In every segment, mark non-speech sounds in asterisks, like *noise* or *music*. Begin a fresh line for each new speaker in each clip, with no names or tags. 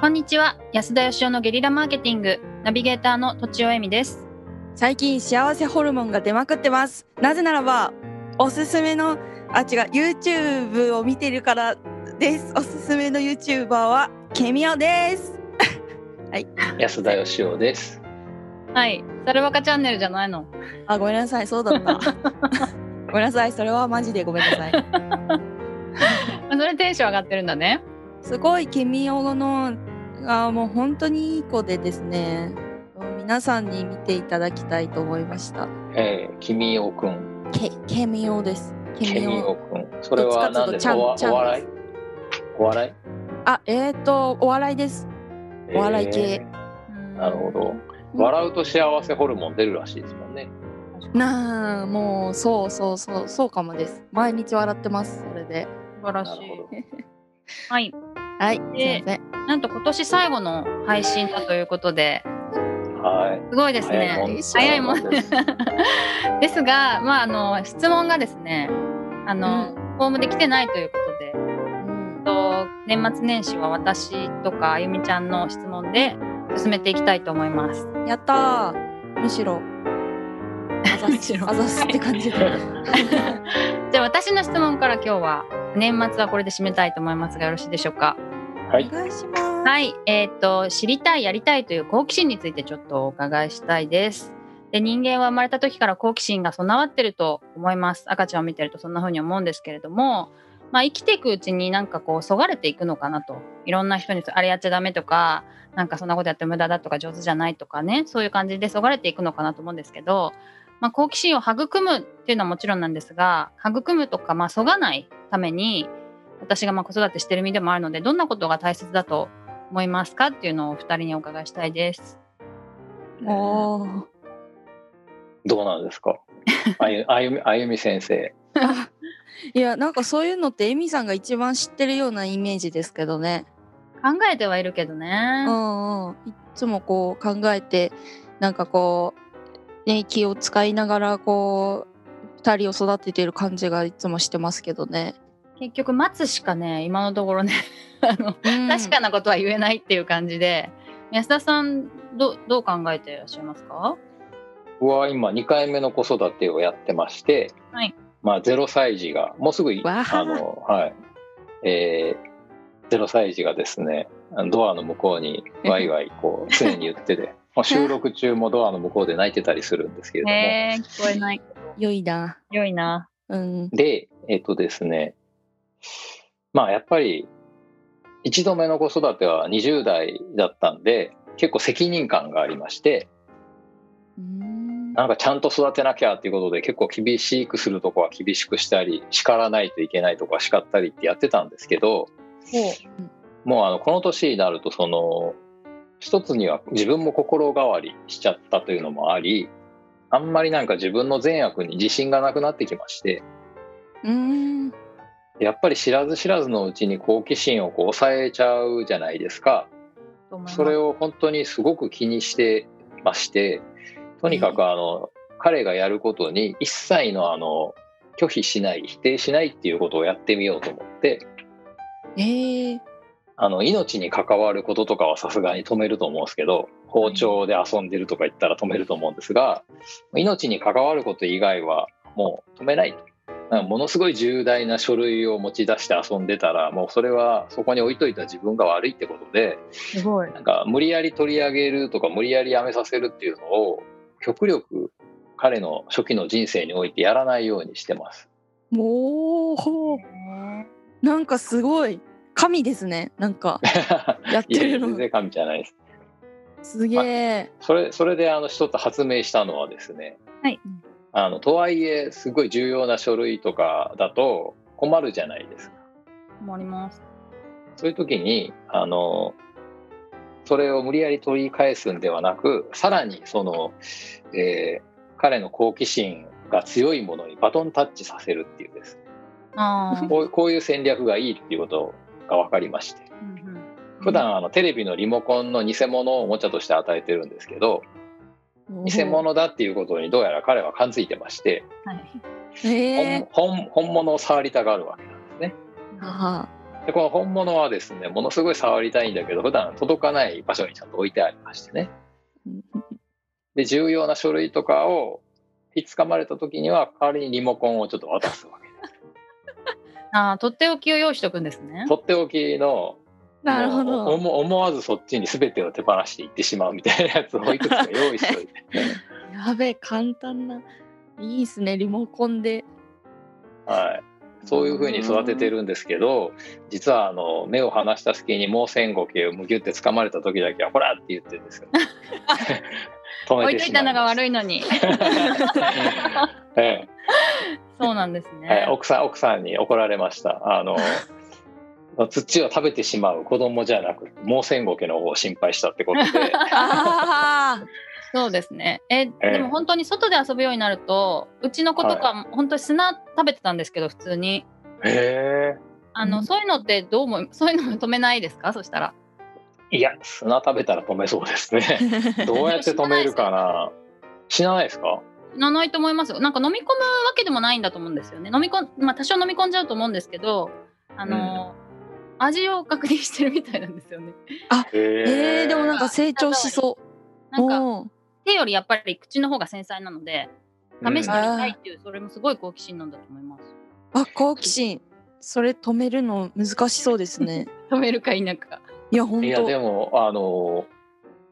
こんにちは安田義生のゲリラマーケティングナビゲーターの土地尾恵美です
最近幸せホルモンが出まくってますなぜならばおすすめのあ違う YouTube を見てるからですおすすめの YouTuber はケミオです
安田義雄です。
はいサルバカチャンネルじゃないの
あごめんなさいそうだった
*laughs*
ごめんなさいそれはマジでごめんなさい
あそれテンション上がってるんだね
すごいケミオのがもう本当にいい子でですね皆さんに見ていただきたいと思いました
えー、君おくん、
ケケミオです
ケミオくん。それは何ですかお
ど
わ
っちかというとちゃん
お笑い
ち
お笑い
あえっ、ー、とお笑いですお笑い系
えーなるほど。笑うと幸せホルモン出るらしいですもんね。
な
なあもうそうそうそうそうかもです毎日笑ってますそれで
素晴ら
な
し
る
い
ほど。
はい
はいす
で
いません
なんと今年最後の配信だということで
はい。
すごいです
早いも
ね
ん
早いもん
です。
ですがまああの質問がですねあの、
うん
フォームで来てないということでえっと年末年始は私とかあゆみちゃんの質問で進めていきたいと思います。
うんやったーむしろあざ
むしろ
すあざすって感じで
じゃあ私の質問から今日は年末はこれで締めたいと思いますがよろしいでしょうか。
は
お
い。
願いします
はい、えーっと知りたいやりたいという好奇心についてちょっとお伺いしたいです。で人間は生まれた時から好奇心が備わってると思います。赤ちゃんを見てるとそんな風に思うんですけれども。まあ、生きていくうちになんかこうそがれていくのかなといろんな人にあれやっちゃダメとかなんかそんなことやって無駄だとか上手じゃないとかねそういう感じでそがれていくのかなと思うんですけど、まあ、好奇心を育むっていうのはもちろんなんですが育むとかまあそがないために私がまあ子育てしてる身でもあるのでどんなことが大切だと思いますかっていうのをお二人にお伺いしたいです。
おー
どうなんですかあゆあゆみあゆみ先生。
あいやなんかそういうのってエミさんが一番知ってるようなイメージですけどね
考えてはいるけど
う
ね。
んうんいつもこう考えてなんかこうね気を使いながらこう2人を育ててる感じがいつもしてますけどね、
結局待つしかね今のところね *laughs* あの
うん
確かなことは言えないっていう感じで安田さんどどう考えていらっしゃいますか
僕は今2回目の子育てをやってまして、
はい
まあ、0歳児がもうすぐい
わ
あ
あ
の、はいえー、0歳児がですねあのドアの向こうにワイワイこう常に
*laughs*
言っててまあ収録中もドアの向こうで泣いてたりするんですけれども、
へえ聞こえないけど
良いな
良いな。
うん
でえっ、とですねまあやっぱり1度目の子育ては20代だったんで結構責任感がありまして、
うん
なんかちゃんと育てなきゃっていうことで結構厳しくするとこは厳しくしたり叱らないといけないとこは叱ったりってやってたんですけどもうあのこの年になるとその一つには自分も心変わりしちゃったというのもありあんまりなんか自分の善悪に自信がなくなってきまして
うん
やっぱり知らず知らずのうちに好奇心をこう抑えちゃうじゃないですか。
と思います
それを本当にすごく気にしてましてとにかくあの、彼がやることに一切のあの拒否しない否定しないっていうことをやってみようと思って
ええ
あの命に関わることとかはさすがに止めると思うんですけど包丁で遊んでるとか言ったら止めると思うんですが命に関わること以外はもう止めないと。なんかものすごい重大な書類を持ち出して遊んでたらもうそれはそこに置いといた自分が悪いってことで、
すごい。
なんか無理やり取り上げるとか無理やりやめさせるっていうのを極力彼の初期の人生においてやらないようにし
*laughs*
てます。
おおなんかすごい神ですねなん
*laughs*
かやって
いやいや
る
全
の
然神じゃないです。
すげえ
それそれであの一つ発明したのはですね、
はい
あのとはいえすごい重要な書類とかだと困るじゃないですか。
困ります。
そういう時にあのそれを無理やり取り返すんではなくさらにその、えー彼の好奇心が強いものにバトンタッチさせるっていうですね
ああ。
こうこういう戦略がいいっていうことが分かりまして
うん
普段あのテレビのリモコンの偽物をおもちゃとして与えてるんですけど偽物だっていうことにどうやら彼は感づいてまして
うんはい
ええ
本本本物を触りたがるわけなんですね。
は
でこの本物はですねものすごい触りたいんだけど普段届かない場所にちゃんと置いてありましてねで重要な書類とかをひっつかまれた時には代わりにリモコンをちょっと渡すわけです
ああ、とっておきを用意しておくんですね。
とっておきの
なるほ
もう
ど。
思思わずそっちに全てを手放していってしまうみたいなやつをいくつか用
*laughs*
意しておいて
やべえ、簡単な。いいっすね、リモコン
*laughs*
で。
はい、そういうふうに育ててるんですけど実はあの目を離した隙にもう線後系をむぎゅって掴まれた時だけは「ほら!」って言ってるんで
*laughs*
すよ。止
置いといたのが悪
い
いの
*laughs*
に。
ますえ
そうなんです
え
ね。
はい奥さん奥さんに怒られました。あの土を食べてしまう子供じゃなくもう線後家の方を心配したってこと
*laughs*
で
あ
そうですね。え、
え
でも本当に外で遊ぶようになると、うちの子とかも本当に砂食べてたんですけど、普通に。
へえ
あ
う
の、
ん
そういうのってどうも、そういう *laughs* のも止めないですかそしたら。
いや砂食べたら止めそうですね。
*laughs* あ。
どうやって止めるかな。死なないですか。
死なないと思いますよ。なんか飲み込むわけでもないんだと思うんですよね。飲み込ん、まあ多少飲み込んじゃうと思うんですけど、あの、味を確認してるみたいなんですよね。
へ
えー、でもなんか成長しそ
な
う。
んか
おー
手よりやっぱり口の方が繊細なので、試してみ
うん
たいっていう、それもすごい好奇心なんだと思います。
あ、好奇心。それ止めるの難しそうですね。
止めるか否か。
いや、本
いや
当。
でもあの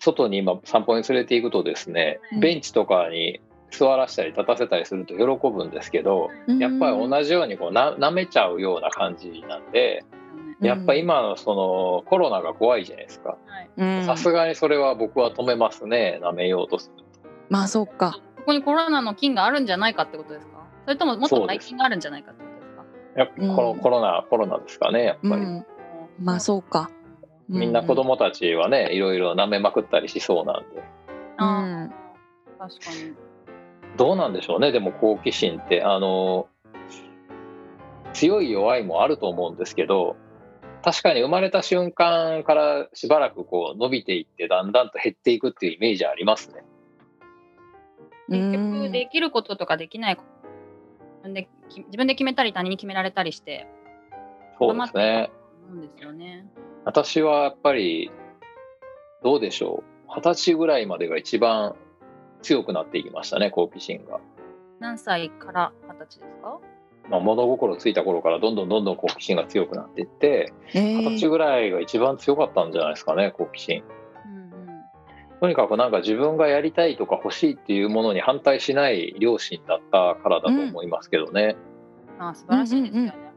外に今散歩に連れて行くとですね、
はい
ベンチとかに座らせたり立たせたりすると喜ぶんですけど、やっぱり同じようにこうな舐めちゃうような感じなんで、
うん
やっぱ今のそのコロナが怖いじゃないですか
はい。
うん
さすがにそれは僕は止めますね舐めようとする
まあ、そうか。
ここにコロナの菌があるんじゃないかってことですかそれとももっと大菌があるんじゃないかってことですか
とやっぱ
うん
このコロナ、コロナですかねやっ
う
ぱり、
ん。まあ、そうか。う
みんな子。供たちはねいろいろ舐めまくったりしそうなんで
あー確かに。
どうなんでしょうねでも好奇心ってあの強い弱いもあると思うんですけど確かに生まれた瞬間からしばらくこう伸びていってだんだんと減っていくっていうイメージありますね。
結
う
局
ん
できることとかできないこと自分でき自分で決めたり他人に決められたりして
そうですね。
思うんですよね。
私はやっぱりどうでしょう二十歳ぐらいまでが一番強くなっていきましたね好奇心が。
何歳から二十歳ですか
まあ、物心ついた頃からどんどんどんどん好奇心が強くなっていって
え
二十歳
ー
ぐらいが一番強かったんじゃないですかね好奇心。
うんうん
とにかくなんか自分がやりたいとか欲しいっていうものに反対しない両親だったからだと思いますけどね。
あー素晴らしいですよね。本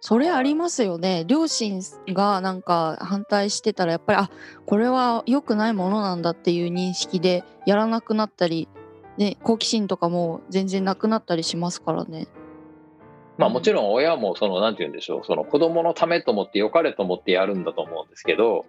それありますよね両親がなんか反対してたらやっぱりあこれは良くないものなんだっていう認識でやらなくなったり、ね、好奇心とかも全然なくなったりしますからね。
まあもちろん親もそのなんて言うんでしょうその子供のためと思って良かれと思ってやるんだと思うんですけど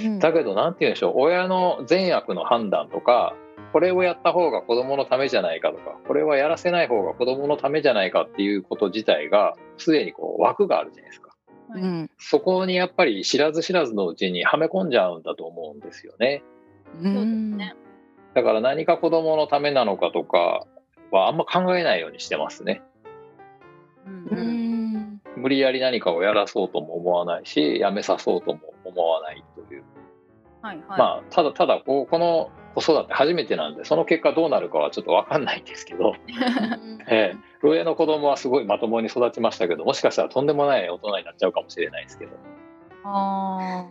うん
だけどなんて言うんでしょう親の善悪の判断とかこれをやった方が子供のためじゃないかとかこれはやらせない方が子供のためじゃないかっていうこと自体がすでにこう枠があるじゃないですか。
当はい
うん
そこにやっぱり知らず知らずのうちにはめ込んじゃうんだと思うんですよね。
う
そうです
ん
ね。
だから何か子供のためなのかとかはあんま考えないようにしてますね。
うん
う
うん
ん
無理やり何かをやらそうとも思わないし、やめさそうとも思わないという。
はいはい。
まあ、ただただこう、この子育て初めてなんで、その結果どうなるかはちょっとわかんないんですけど、 *laughs* ええ、ロエの子供はすごいまともに育ちましたけど、もしかしたらとんでもない大人になっちゃうかもしれないですけど。
あ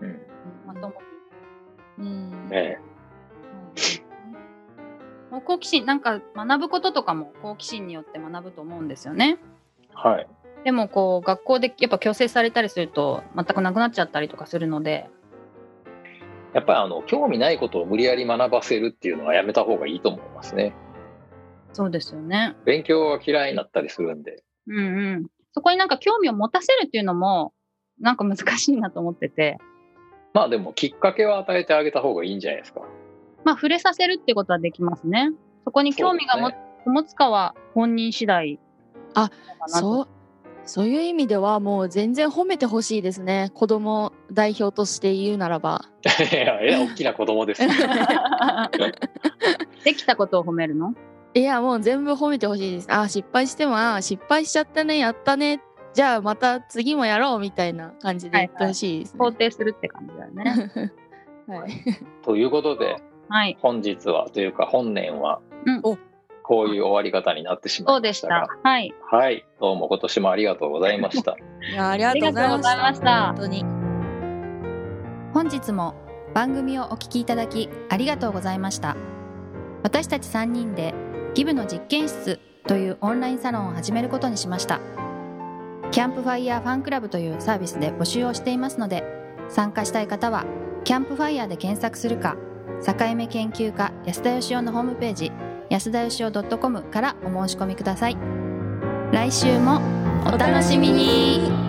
うん
ーまともに
うん
ええ
うん好奇心なんか学ぶこととかも好奇心によって学ぶと思うんですよね。
はい、
でもこう学校でやっぱ強制されたりすると全くなくなっちゃったりとかするので
やっぱりあの興味ないことを無理やり学ばせるっていうのはやめた方がいいと思いますね。
そうですよね。
勉強が嫌いになったりするんで。
うんうん。そこになんか興味を持たせるっていうのもなんか難しいなと思ってて
まあでもきっかけは与えてあげた方がいいんじゃないですか。
まあ触れさせるってことはできますね。そこに *laughs* 興味がも、
そうで
持つかは本人次第
あ
かなと
そうそういう意味ではもう全然褒めてほしいですね子供代表として言うならば。
*laughs* いや、えらい大きな子
*laughs*
供ですね。
できたことを褒めるの
いやもう全部褒めてほしいです。あ失敗してもあ失敗しちゃったねやったねじゃあまた次もやろうみたいな感じで言ってほしいですね。
肯定するって感じだよね。
*laughs* はい、
ということで
はい、
本日はというか本年は
うん
お
こういう終わり方になってしま
そ
いう
で
ま
し
したが、
た。はい、
はいどうも今年もありがとうございました
いやありがとうござい
ありがとう
まし
ございま
た。
した
本当に。
本日も番組をお聞きいただきありがとうございました私たち3人でギブの実験室というオンラインサロンを始めることにしましたキャンプファイヤーファンクラブというサービスで募集をしていますので参加したい方はキャンプファイヤーで検索するか境目研究家安田義雄のホームページ安田義雄 .com からお申し込みください来週もお楽しみに